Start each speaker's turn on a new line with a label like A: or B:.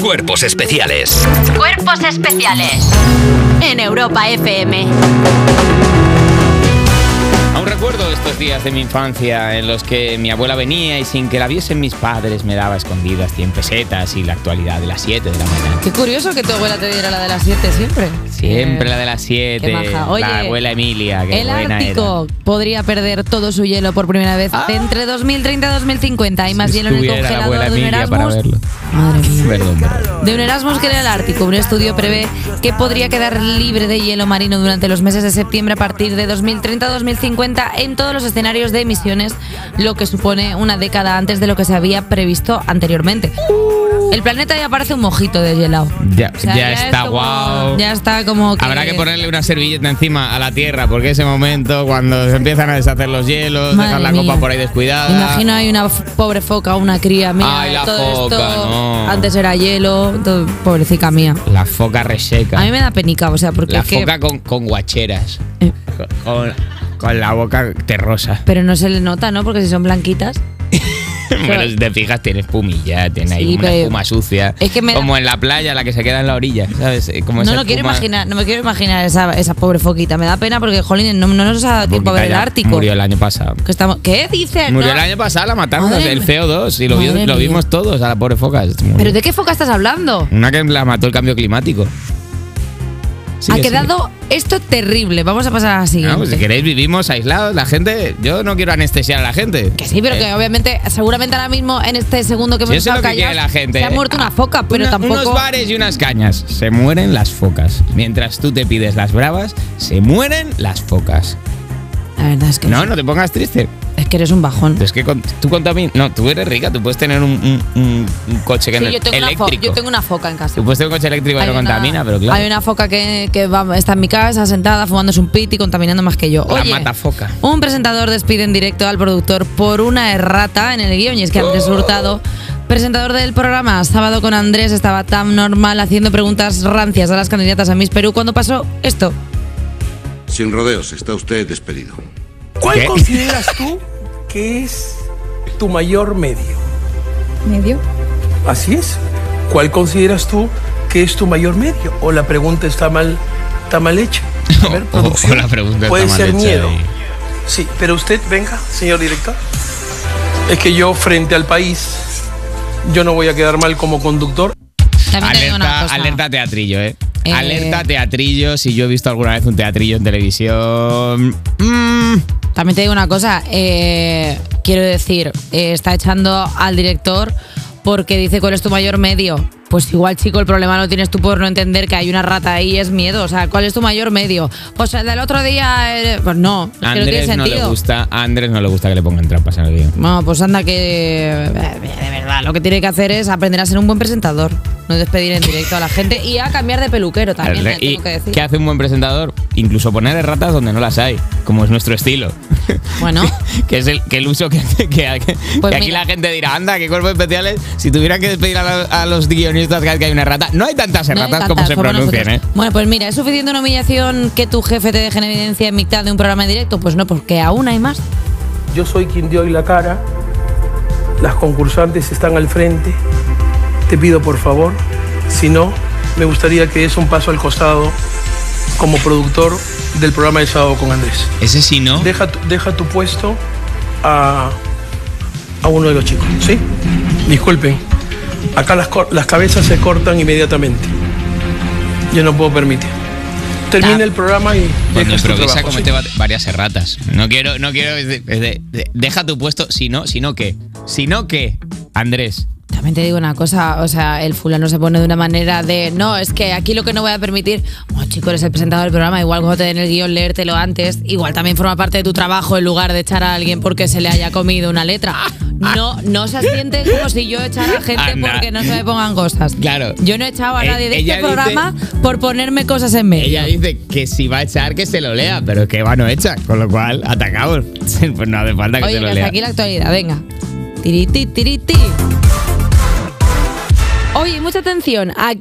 A: Cuerpos especiales.
B: Cuerpos especiales. En Europa FM.
C: Aún recuerdo estos días de mi infancia en los que mi abuela venía y sin que la viesen mis padres me daba escondidas 100 pesetas y la actualidad de las 7 de la mañana.
D: Qué curioso que tu abuela te diera la de las 7 siempre.
C: Siempre la de las 7.
D: Qué maja. Oye,
C: La abuela Emilia, que
D: El
C: buena
D: Ártico podría perder todo su hielo por primera vez
C: Ah.
D: de entre 2030 y 2050. Hay
C: era.
D: más
C: Si
D: hielo en el
C: estuviera la abuela
D: congelador de un
C: Emilia para
D: Erasmus.
C: verlo.
D: Madre mía.
C: Perdón, perdón.
D: De un Erasmus que era el Ártico, un estudio prevé que podría quedar libre de hielo marino durante los meses de septiembre a partir de 2030-2050 en todos los escenarios de emisiones, lo que supone una década antes de lo que se había previsto anteriormente. El planeta ya parece un mojito de hielado.
C: Ya,
D: O sea,
C: ya
D: es
C: está
D: como-
C: guau.
D: Ya está como que.
C: Habrá que ponerle una servilleta encima a la tierra, porque ese momento, cuando se empiezan a deshacer los hielos,
D: Madre
C: dejan la
D: mía.
C: copa por ahí descuidada.
D: Me Imagino hay una f- pobre foca, una cría mía.
C: Ay, la
D: todo
C: foca,
D: esto.
C: no.
D: Antes era hielo, todo- pobrecita mía.
C: La foca reseca.
D: A mí me da penica, o sea, porque
C: La
D: es que-
C: foca con, con guacheras.
D: Eh.
C: Con, con la boca terrosa.
D: Pero no se le nota, ¿no? Porque si son blanquitas.
C: Bueno, si te fijas, tiene espumilla, tiene ahí
D: Sí,
C: una
D: pero-
C: espuma sucia.
D: Es que me da-
C: Como en la playa, la que se queda en la orilla, ¿sabes? Eh, Como
D: No
C: esa
D: lo quiero
C: espuma-
D: imaginar, no me quiero imaginar esa, esa pobre foquita. Me da pena porque, jolín, no, no nos ha dado tiempo a ver el
C: Foquita ya
D: Ártico.
C: Murió el año pasado.
D: Que estamos- ¿Qué dices?
C: Murió
D: No.
C: el año pasado, la mataron
D: Madre
C: del
D: mía.
C: CO2 y lo, vi-
D: Madre
C: lo
D: mía.
C: vimos todos a la pobre foca. Murió.
D: ¿Pero de qué foca estás hablando?
C: Una que la mató el cambio climático.
D: ha
C: Sigue,
D: quedado esto terrible. Vamos a pasar a la
C: sigue.
D: siguiente.
C: No, pues si queréis, vivimos aislados. La gente. Yo no quiero anestesiar a la gente.
D: Que sí, pero que obviamente, seguramente ahora mismo en este segundo que
C: Si
D: hemos
C: eso es
D: estado
C: Eh. lo que quiere
D: callados,
C: la gente. eh. Ah,
D: se ha muerto una foca, pero
C: Una- Unos
D: tampoco.
C: bares y unas cañas. Se mueren las focas. Mientras tú te pides las bravas, se mueren las focas.
D: La verdad es que
C: No, no te pongas triste.
D: es que eres un bajón.
C: Es que con- tú contaminas. No, tú eres rica. Tú puedes tener un, un- un- un coche que
D: Sí,
C: no
D: yo, tengo una fo-
C: eléctrico.
D: yo tengo una foca en casa.
C: Tú puedes tener un coche eléctrico que no contamina, pero claro.
D: hay una foca que, que va- está en mi casa sentada fumándose un pit y contaminando más que yo.
C: La
D: Oye,
C: mata foca.
D: Un presentador despide en directo al productor por una errata en el guión y es que
C: ¡Oh!
D: Andrés Hurtado, presentador del programa Sábado con Andrés, estaba tan normal haciendo preguntas rancias a las candidatas a Miss Perú cuando pasó esto.
E: Sin rodeos, está usted despedido.
F: ¿Cuál
C: ¿Qué?
F: consideras tú que es tu mayor medio?
G: medio.
F: Así es. ¿Cuál consideras tú que es tu mayor medio? O la pregunta está mal, está mal hecha. A ver,
C: O- o-
F: producción.
C: o la pregunta
F: Puede
C: está mal
F: ser
C: hecha
F: miedo.
C: y-
F: Sí, pero usted, venga, señor director. Es que yo frente al país, yo no voy a quedar mal como conductor.
D: También te digo una
C: Alerta,
D: cosa.
C: alerta teatrillo, ¿eh?
D: Eh.
C: Alerta teatrillo, si yo he visto alguna vez un teatrillo en televisión. mm,
D: También te digo una cosa, eh, quiero decir, eh, está echando al director porque dice cuál es tu mayor medio. Pues igual, chico, el problema lo tienes tú por no entender que hay una rata ahí, es miedo. O sea, ¿cuál es tu mayor medio? Pues el del otro día, eh, pues no, es que no tiene
C: Andrés no, le
D: sentido.
C: gusta, a Andrés no le gusta que le pongan trampas en el guión.
D: No, pues anda que eh, de verdad, lo que tiene que hacer es aprender a ser un buen presentador, no despedir en directo a la gente y a cambiar de peluquero también,
C: Al re-
D: te
C: ¿Y
D: tengo que decir.
C: qué hace un buen presentador? Incluso poner erratas donde no las hay, como es nuestro estilo.
D: Bueno.
C: que es el, que el uso que, que- que
D: Pues
C: aquí
D: mira.
C: la gente dirá, anda, qué cuerpos especiales. Si tuvieran que despedir a, los- a los guionistas cada vez que hay una errata, no hay tantas
D: No hay
C: erratas como
D: tantas
C: se
D: como
C: pronuncian, ¿eh?
D: nosotros. Bueno, pues mira, ¿es suficiente una humillación que tu jefe te deje en evidencia en mitad de un programa en directo? Pues no, porque aún hay más.
F: Yo soy quien dio hoy la cara. Las concursantes están al frente. Te pido por favor, si no, me gustaría que des un paso al costado como productor del programa de sábado con Andrés.
C: Ese sí, ¿no?
F: Deja, tu- deja tu puesto a, a uno de los chicos, ¿sí? Disculpen, acá las, cor- las cabezas se cortan inmediatamente. Yo no puedo permitir. Termina el programa y
C: Ah. Cuando
F: dejas tu
C: improvisa
F: trabajo, ¿sí?
C: comete va- varias erratas. No quiero, no quiero. es de- es de- de- deja tu puesto, si no, si no qué. Si no qué, Andrés.
D: También te digo una cosa, o sea, el fulano se pone de una manera de, no, es que aquí lo que no voy a permitir, bueno, chico, eres el presentador del programa, igual cuando te den el guión leértelo antes, igual también forma parte de tu trabajo en lugar de echar a alguien porque se le haya comido una letra. No, no se siente como si yo echara a gente
C: Anda.
D: porque no se me pongan cosas.
C: Claro.
D: Yo no he echado a
C: Eh,
D: nadie de
C: ella
D: este
C: dice-
D: programa por ponerme cosas en medio.
C: Ella dice que si va a echar, que se lo lea, pero que va no echa. Con lo cual, atacamos. Pues no hace falta que
D: Oye,
C: se
D: que
C: lo
D: hasta
C: lea.
D: aquí la actualidad, venga. Tiriti, tiriti. Oye, mucha atención. A-